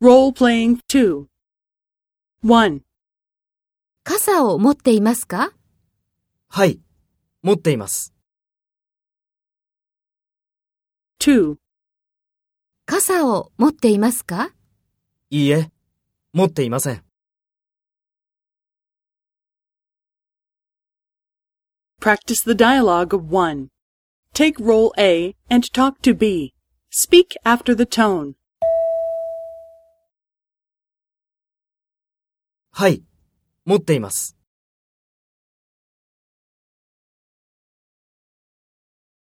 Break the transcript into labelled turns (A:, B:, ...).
A: Role playing 2. 1,
B: 傘を持っていますか
C: はい、持っています。
A: 2,
B: 傘を持っていますか
C: いいえ、持っていません。
A: Practice the dialogue of 1. Take role A and talk to B. Speak after the tone.
C: はい、持っています。